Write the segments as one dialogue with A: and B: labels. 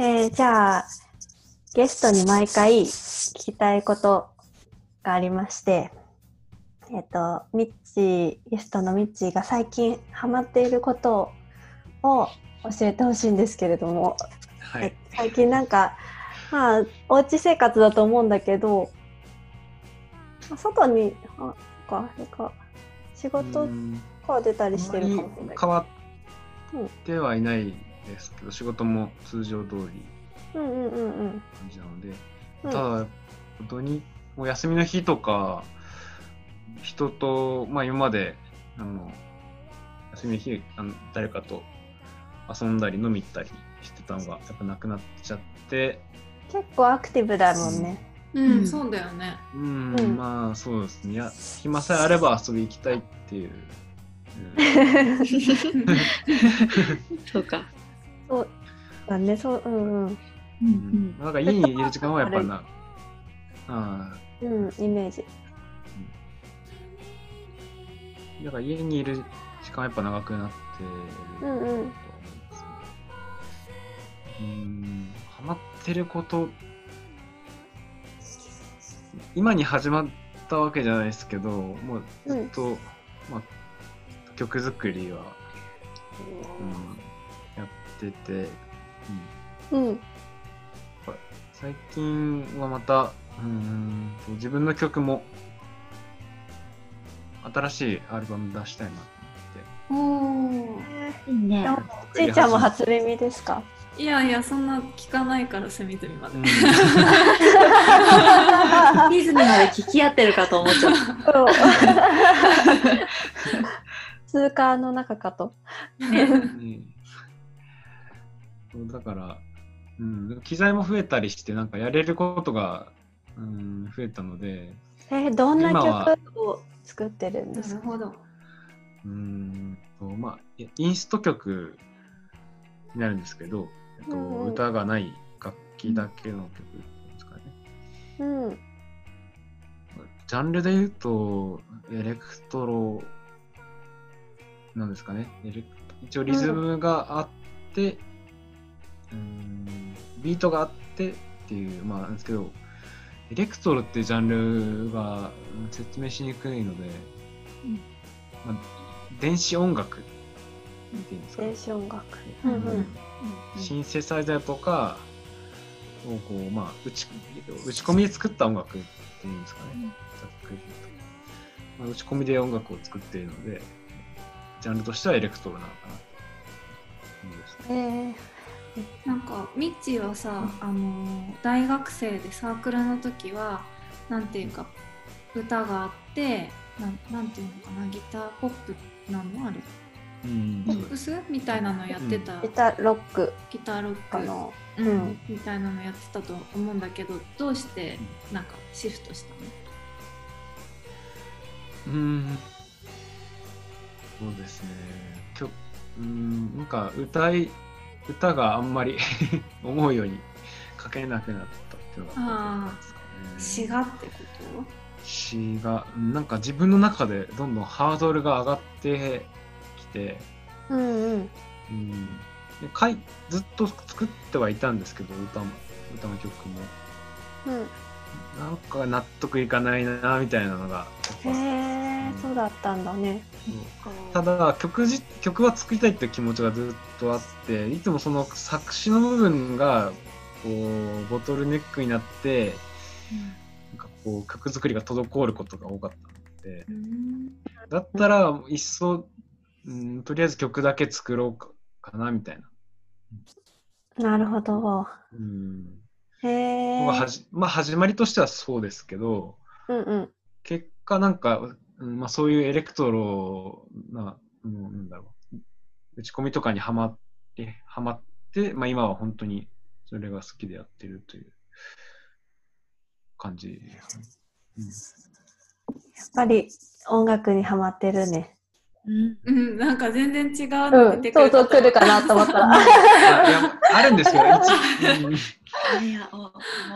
A: えーじゃあ、ゲストに毎回聞きたいことがありまして、えっ、と、ミッチー、ゲストのミッチーが最近ハマっていることを教えてほしいんですけれども、
B: は
A: え
B: い。
A: 最近なんか、まあ、おうち生活だと思うんだけど、まあ外に、あ、そっか、あれか、仕
B: う
A: 事
B: ん
A: から出たりし
B: あ
A: て
B: んま
A: る
B: り
A: かもしれないけ
B: 変わってはいないですけど、仕事も通常通り
A: ど。うんうんうんうん。
B: 感じなので、
A: うん
B: ただ、本当に、もう休みの日とか、人と、まあ今まで、あの、休みの日、あの誰かと遊んだり飲み行ったりしてたのが、やっぱなくなっちゃって、
A: 結構アクティブだもん ね。
C: うん、
B: うん
C: そうだよね。
B: うん、
A: うん
B: まあそうですね。いや、暇さえあれば遊び行きたいっ ていう。うん
D: そうか。
A: そうだね、そう、うんうん。
D: うん
B: なんか家にいる時間はやっぱな、あ
A: うん、イメージ。
B: あ、だから家にいる時間はやっぱ長くなってる
A: うんうん
B: と思うんですよねうん、ハマってること、今に始まったわけじゃないですけど、もうずっと、まあ、曲作りは、うん、やってて、うん
A: うん。
B: 最近はまたうーんと自分の曲も新しいアルバム出したいなと
C: おお。
D: いいね
A: でも
B: 思って。
A: ちいちゃんも初耳です か。
C: いやいや、そんな聞かないから、隅々まで。
D: リズムまで聞き合ってるかと思っちゃった。
A: そう通貨の中かと。
B: うんうんだから、うん、機材も増えたりしてなんかやれることが、うん、増えたので
A: えーどんな
B: 今は
A: 曲を作ってるんで
C: な
A: す
C: る
A: か。
C: ほど。
B: うーんとまあいインスト曲になるんですけど、えっ
A: う
B: と
A: んうん
B: 歌がない楽器だけの曲ですかね。
A: うん。
B: ジャンルで言うと、エレクトロなんですかね。エレク一応リズムがあって、うーん、ビートがあってっていう、まあなんですけど、エレクトロっていうジャンルがうん説明しにくいので、まあ、電子音楽っていうんですかね
A: 電子音楽。
D: うん
A: うんうん
B: シンセサイザーとかをこう、まあ、打ち打ち込みで作った音楽っていうんですかね、ざっくり言うとまあ、打ち込みで音楽を作っているのでジャンルとしてはエレクトロなのかなと思いますね
A: えー
C: なんか、ミッチーはさ、あの、大学生でサークルの時は、なんていうか。歌があって、なん、なんていうのかな、ギターポップ。なのあれ
B: うん
C: ポップスみたいなのやってた、
A: ギターロック
C: ギターロッ
A: か
C: ク
A: の。
C: うんん、みたいなのやってたと思うんだけどどうしてなんかシフトしたの
B: うんそうですね曲うんなんか歌い歌があんまり 思うように書けなくなったっていうのがあったんですかね
C: 詩がってこ
B: 詩がなんか自分の中でどんどんハードルが上がってきて、
A: うんうん。
B: うん、で書いずっと作ってはいたんですけど歌も歌の曲も
A: うん。
B: なんか納得いかないなみたいなのが
A: へ
B: やっぱ
A: えー、そうだったんだね。
B: ただ曲じ曲は作りたいっていう気持ちがずっとあっていつもその作詞の部分がこうボトルネックになってなんかこう曲作りが滞ることが多かったので
C: とうん
B: だったら、いっそ、うん、とりあえず曲だけ作ろうかかな、みたいな。
A: なるほど。
B: うん。
A: へえ
B: まあ、は
A: ー。
B: じまあ、始まりとしてはそうですけど、
A: うんうん。
B: 結果なんか、うんまあ、そういうエレクトロな、うんなんだろう、打ち込みとかにはまって、はまって、まあ今は本当にそれが好きでやってるという感じですね。
A: やっぱり音楽にハマってるね。
D: うん
C: うん、なんか全然違うの
A: うん
C: 出て。く
A: そう
C: る
A: そう、来る
C: か
A: かなと思ったら。
B: あいやあるん ですよ。一うん
D: いや、お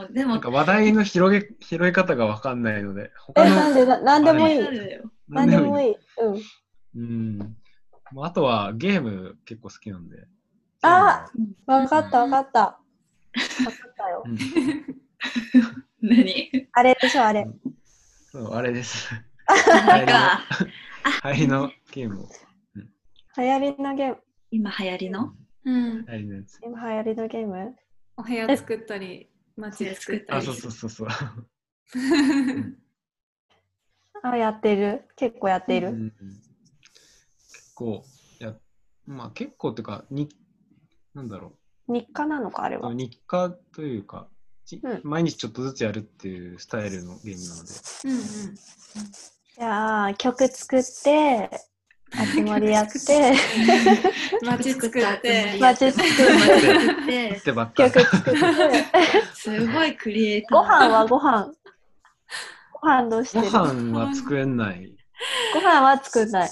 D: おで
B: なん
D: も、
B: か話題の広げ、広げ方がわかんないので、
A: え、
B: 他の
A: なんでな、なんでもい
D: わか
A: い。
D: るよ
A: なんでも
B: い。
A: いい。うん。
B: うん。まああとはゲーム結構好きなんで。
A: あ
D: うん
A: わかったわかった。わかったよ
B: うん
D: 何
A: あれでしょ、あれ。
B: そう、あれです。
D: あれか。
B: 流行りのゲームを、
A: 流行りのゲーム、
D: 今流行りの
C: うん、
B: 流行りのやつ。
A: 今流行りのゲーム
C: お部屋作ったり街作った
B: あ、
C: り
B: そうそうそうそう。
A: あ、やってる結構やって
B: う
A: る、
B: ん結構、いや、まあ結構っていうか、に、なんだろ
A: 日課なのか、あれは
B: う、。日課というか、じ
A: うん
B: 毎日ちょっとずつやるっていうスタイルのゲームなので、
C: うん
A: じゃあ、曲作って、集まりやって、
C: うん、街作って
A: 街作
B: 打ってばっか
A: 曲
B: り。
A: 作って、
D: すごいクリエイター。
A: ご飯はご飯。ご飯どうして
B: ご
A: る
B: 飯は作れない。
A: ご飯は作んない。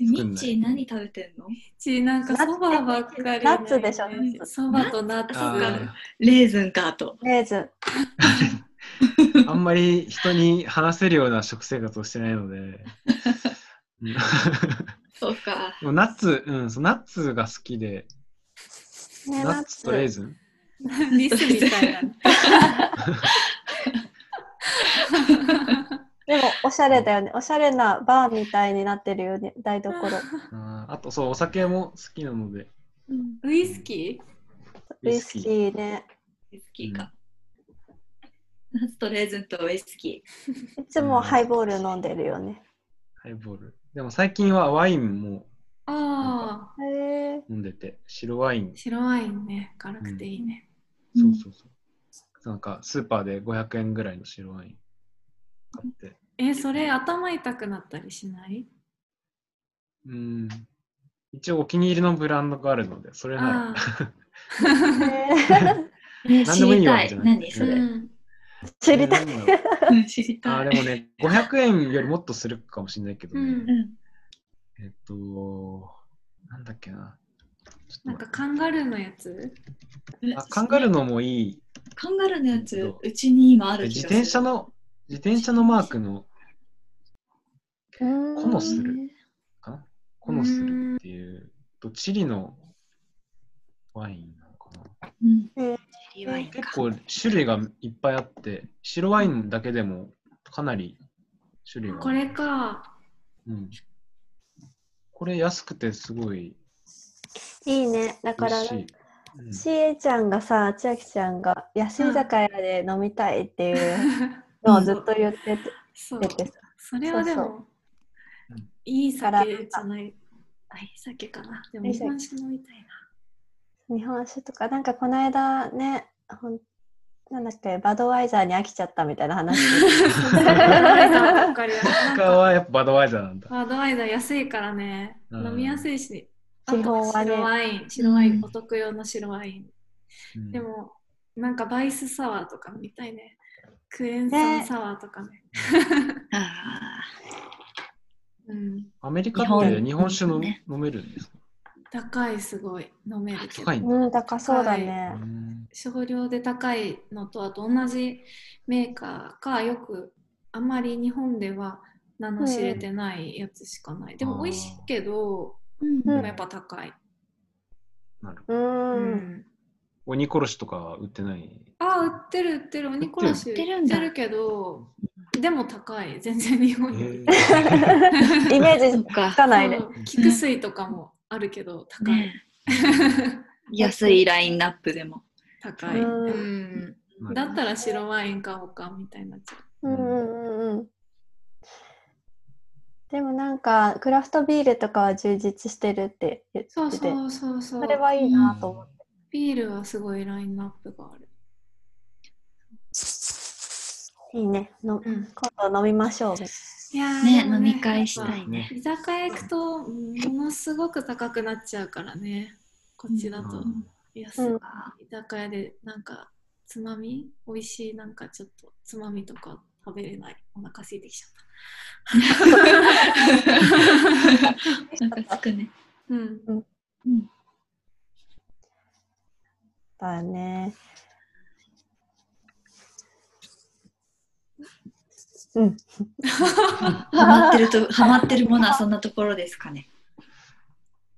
D: ミッチー何食べてんの
C: ちなんかそばばっかりね、
A: ナッツでしょナッツ
C: そばとナッツ
B: あ
C: が
B: ー
D: レーズンかと。
A: レーズン。
B: あんまり人に話せるような食生活をしてないので。うん
D: そうか。
B: でもナッツ、うん、そうナッツが好きで、
A: ね、
B: ナ
A: ナ
B: ッ
A: ッ
B: ツとレー
A: ツ。
B: ズン。
C: リスみたいな。
A: でも、おしゃれだよね。おしゃれなバーみたいになってるよね、台所。
B: あーあと、そう、お酒も好きなので。
C: ウイスキ
A: ウイスキーね。
D: ウイスキーか。ナッツとレーズンとウイスキ
A: いつもハイボール飲んでるよね。
B: ハイボール。でも最近はワインも
C: ーああ
A: へえ。
B: 飲んでて、白ワイン。
C: 白ワインね辛くていいね、
D: う
B: そ
D: ん
B: うそうそう。なんか、スーパーで500円ぐらいの白ワイン買って。
C: えそれ頭痛くなったりしない
B: うん。一応お気に入りのブランドがあるので、それなら。
D: ー。ね
B: 何でも
D: 知
B: いい
D: り
B: わ
D: た
B: けじ
D: い。
B: ゃない
D: 何そうれ。
C: ん、
A: 知りたい。
B: えーなんだろう
D: うん知り
B: あ
D: た
B: ー
D: い。
B: でもね、500円よりもっとするかもしれないけどね。
C: うん
D: うん。
B: えっと、なんだっけな。ちょ
C: なん
B: っと
C: かカンガルーのやつ
B: あカンガルーのもいい。
D: カンガルーのやつ、うちに今ある
B: 自
D: 気がする。
B: 転車の、自転車のマークの
A: コ
B: コモスルかなコノスルっていう、とチリのワインなのかな。
D: うん。
A: えー
D: チリワイン
B: 結
D: か。
B: 構種類がいっぱいあって、白ワインだけでもかなり種類が。
C: これ。か
B: うん。これ安くてすごい
A: いいね。だ
B: 美
A: から
B: 味し
A: なん
B: い
A: か、。しえちゃんがさ、千秋ちゃんが安い酒屋で飲みたいっていうのをずっと言ってて
C: そう
A: 出てさ、
C: それはで
A: そう
C: も
B: うん
C: いい酒じゃないあいい酒かなでも
A: いい
C: 日
A: 酒
C: 本酒飲みたい
A: 日本酒とか、なんかこの間ね、ほんなんだっけ、バドワイザーに飽きちゃったみたいな話。
C: なバドワイザーばっかりやなん
B: 他
C: か
B: はやっぱバドワイザーなんだ。
C: バドワイザー安いからね
B: うん
C: 飲みやすいしあ
A: 基
C: と
A: 本はね
C: 白ワイン白ワイン、
D: うん
C: お得用の白ワイン
B: うん
C: でもなんかバイスサワーとかみたいねクエン酸サワーとかね
D: あ
C: うん
B: アメリカ
D: 日
B: って
D: 本
B: 日本酒の
D: ね
B: 飲めるんですか
C: 高いすごい飲めるけど
B: 高いんだ。
A: うん、高そうだね。
B: うん
C: 少量で高いのとあと同じメーカーかよくあんまり日本では名の知れてないやつしかない、でも美味しいけど
D: ー。
B: う
C: で
B: ん
C: もやっぱ高い、
B: なるほど
A: う。
C: うん
B: 鬼殺しとかは売ってない。
C: ああ売ってる売ってるお肉らし
D: 売ってる
C: 売
D: ん
C: っ
D: だ
C: てるけどでも高い全然日本より、
A: イメー
D: そ
A: ジ
D: っ
A: つ
D: か。
A: かないね。
C: そう菊水とかもあるけど高い、
D: ね安いラインナップでも。
C: 高い、
A: うん
C: うんだったら白ワイン買おうかみたいになっちゃう
A: うんうんうんうん。でもなんか、クラフトビールとかは充実してるって言ってて、
C: そうそうそうそう
A: それはいいなと思って。
C: ビールはすごいラインナップがある
A: いいね。の
C: うん
A: 今度飲みましょう。
C: いやー
D: ね
C: でも
D: 飲み会した
C: やっ
D: いね。
C: ぱ居酒屋行くとものすごく高くなっちゃうからねこっちだ
B: う
C: と、
B: ん
C: 安い
A: うん
C: 居酒屋でなんかつまみ美味しいなんかちょっとつまみとか食べれないお腹空いてきちゃっ
D: なんかつくね。
C: たうん
A: だね。うん。
D: ハマってると、ハマってるものはそんなところですかね。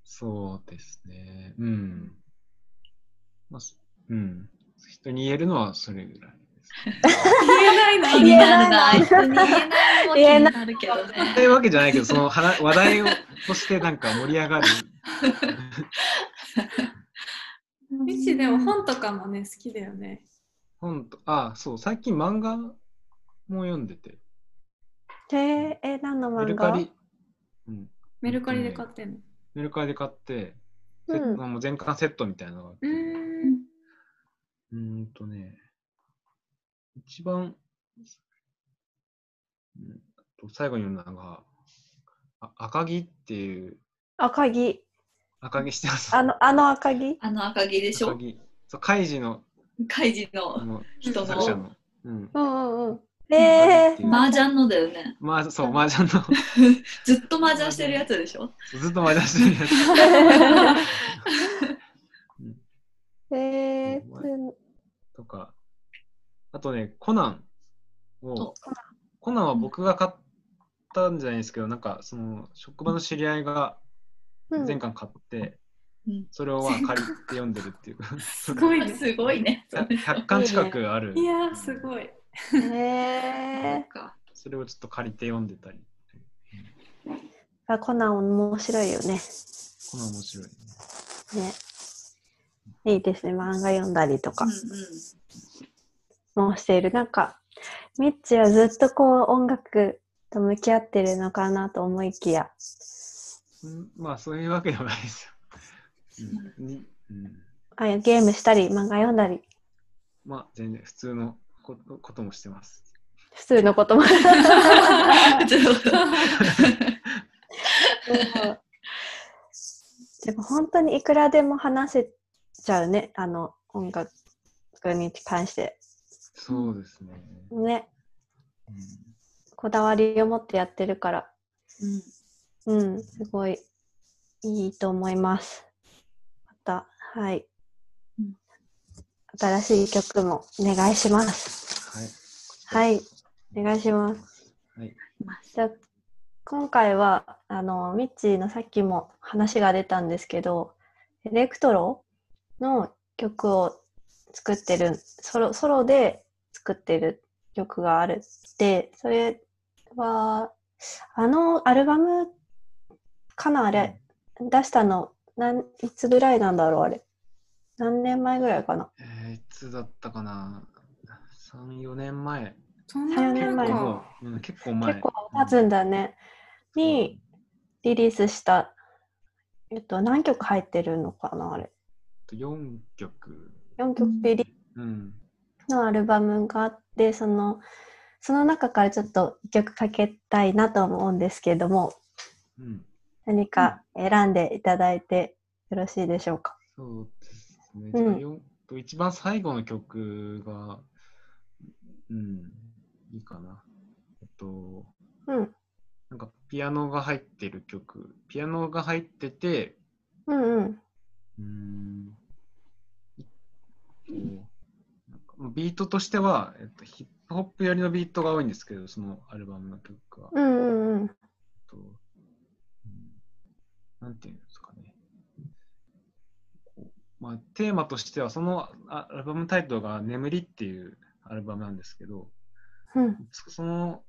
B: そうですね。うん。まあ、すうん。人に言えるのはそれぐらいです。
C: 言えないな
D: 気になるな。人に言えないも気
A: 言え
D: に
A: な
D: なるけど
B: と
D: ね。
B: いうわけじゃないけど、その話話題をとしてなんか盛り上がる。
C: ミッチーでも本とかもね、好きだよね。
B: 本と、あ、そう、最近漫画も読んでて。
A: えー、え、何の
B: メ
A: 漫
B: ルカ
A: 画
B: リ、うん、
C: メルカリで買ってんの。
B: メルカリで買って、
A: う
B: セッ
A: ん
B: トもう全巻セットみたいなのがあって
C: うーん。
B: うーんとね、一番、うんと最後に読んだのが、あ赤木っていう、
A: 赤木。
B: 赤木してます。
A: あの、あの赤木
D: あの赤木でし
B: 赤
D: ょ
B: 木。そう、カイジの
D: カイジ
B: あ
D: の
B: の
D: 人
B: 作者
D: の。
B: の。うん。
A: うんうんうん。えー、
D: 麻雀のだよね。
B: まあ、そう、麻雀の、
D: ずっと麻雀してるやつでしょ
B: ずっと麻雀してるやつ。
A: えー、
B: とか、あとね、コナンを
D: お、
B: コナンは僕が買ったんじゃないですけど、なんかその職場の知り合いが
A: うん
B: 全巻買って、
D: うん
B: それをまあ借りて読んでるっていうか、
C: すごいね。
D: すごいね。 それ
B: 100巻近くある、
C: いやー、すごい。
D: そ
A: えー
D: う、か
B: それをちょっと借りて読んでたり、
A: あコナン面白いよね。
B: コナン面白い、ね。
A: ね。いいですね。漫画読んだりと
D: う
A: か
D: ん
A: もしている。なんか、ミッチはずっとこう音楽と向き合ってるのかなと思いきや。
B: うんまあそういうわけではないですよ。うんにうん、
A: あゲームしたり、漫画読んだり、
B: まあ全然普通のことこともしてます。
A: 普通のことも。
D: うん。ちょっと
A: でも本当にいくらでも話せちゃうね。あの、音楽に関して。
B: そうですね。
A: ね。
B: うん
A: こだわりを持ってやってるから。
D: うん
A: うん、すごいいいと思います。また、はい
D: うん。
A: 新しい曲もお願いします。
B: はい。
A: はい、お願いします。
B: はい。
A: じゃあ、今回は、あの、ミッチーのさっきも話が出たんですけど、エレクトロの曲を作ってる、ソロソロで作ってる曲があるって、それは、あのアルバムかなあれ、出したの、なんいつぐらいなんだろうあれ。何年前ぐらいかな。
B: えー、いつだったかな ?3、4年前。
C: そん
A: 3
C: な
A: 年
C: 前
A: 前
B: も
C: か。
B: う、うん、結構前。
A: 結構経つんだね。に、リリースした、えっと、何曲入ってるのかなあれ。
B: 4曲。
A: 4曲入り
B: うん。
A: のアルバムがあって、その、その中からちょっと1曲かけたいなと思うんですけども、
B: うん。
A: 何か選んでいただいてよろしいでしょうか。
B: そうですね。
A: うん
B: じゃあ四と一番最後の曲が、うん、いいかな。えっと、
A: うん。
B: なんかピアノが入ってる曲。ピアノが入ってて、
A: うんうん。
B: うーんこうなんかビートとしては、えっと、ヒップホップ寄りのビートが多いんですけど、そのアルバムの曲は。えっ
A: うんうんうん。
B: とうんなんていうんですかね。こうまあ、テーマとしては、そのあアルバムタイトルが「眠り」っていうアルバムなんですけど、
A: うん
B: そその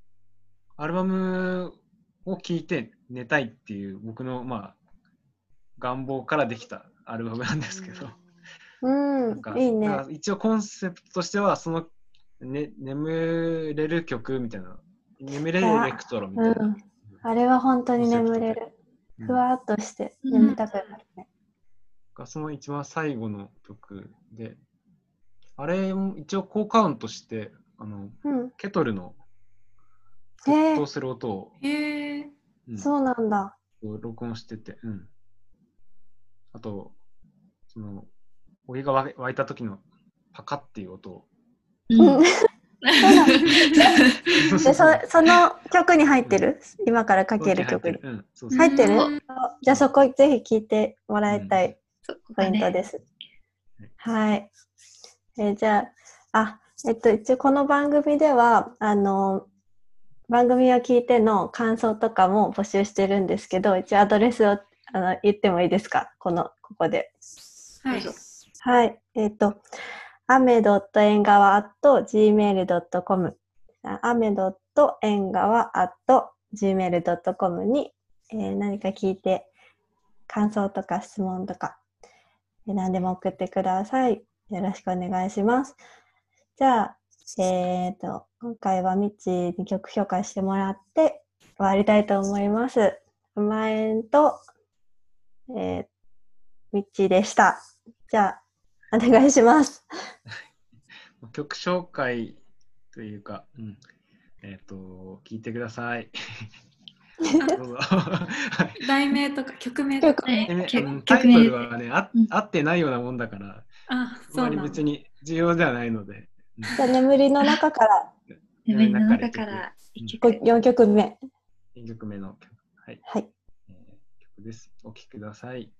B: アルバムを聴いて寝たいっていう僕の、まあ、願望からできたアルバムなんですけど。
A: う
B: なんか
A: ん、いいね。
B: なんか一応コンセプトとしてはその、ね、眠れる曲みたいな眠れるエレクトロみたいな、
A: うんあれは本当に眠れる。
B: うん
A: ふわーっとして
D: うん
A: 眠たくなるね。
B: がその一番最後の曲であれも一応効果音としてあの
A: うん、
B: ケトルの
A: へえ
B: 沸騰する音を、
C: へえ。
B: うん
A: そうなんだ。
B: 録音してて、うん、あとそのお湯が沸沸いた時のパカッっていう音を
D: うん。
A: でそその曲に入ってる、今からかける曲に。
B: うんそうそう
A: 入ってる、
C: うん
A: あじゃあそこぜひ聴いてもらいたい
D: そこ
A: ポイ
D: が
A: ント
D: ね。
A: です。はい。えーじゃあ、あ、えっと、一応この番組では、あの、番組を聞いての感想とかも募集してるんですけど、一応アドレスをあの言ってもいいですかこの、ここで。
C: はい。
D: どうぞ
A: はい。えっ、と、アメドット縁側 at gmail.com アメドット縁側 at gmail.com に、えー何か聞いて感想とか質問とか、えー何でも送ってください。よろしくお願いします。じゃあ、えっ、と、今回はミッチーに曲紹介してもらって終わりたいと思います。甘えんと、えー、ミッチーでした。じゃあ、お願いします。
B: 曲紹介というか、うん、えっ、と、聞いてください。どうぞ。はい
C: 題名とか曲名とか。
D: ね
B: えね
D: 曲
B: うんタイ
D: 曲
B: ト
D: 名
B: ルはね、あ
D: うん
B: 合ってないようなもんだから、
C: あ、
B: あ
C: そう
B: まり
C: なんだ
B: 別。に重要ではないので。
A: じゃあ、眠りの中から
D: 夢の中から
B: うん
D: 一曲
A: 4曲目。
B: 1曲目の曲,、はい
A: はい。
B: えー曲です。お聴きください。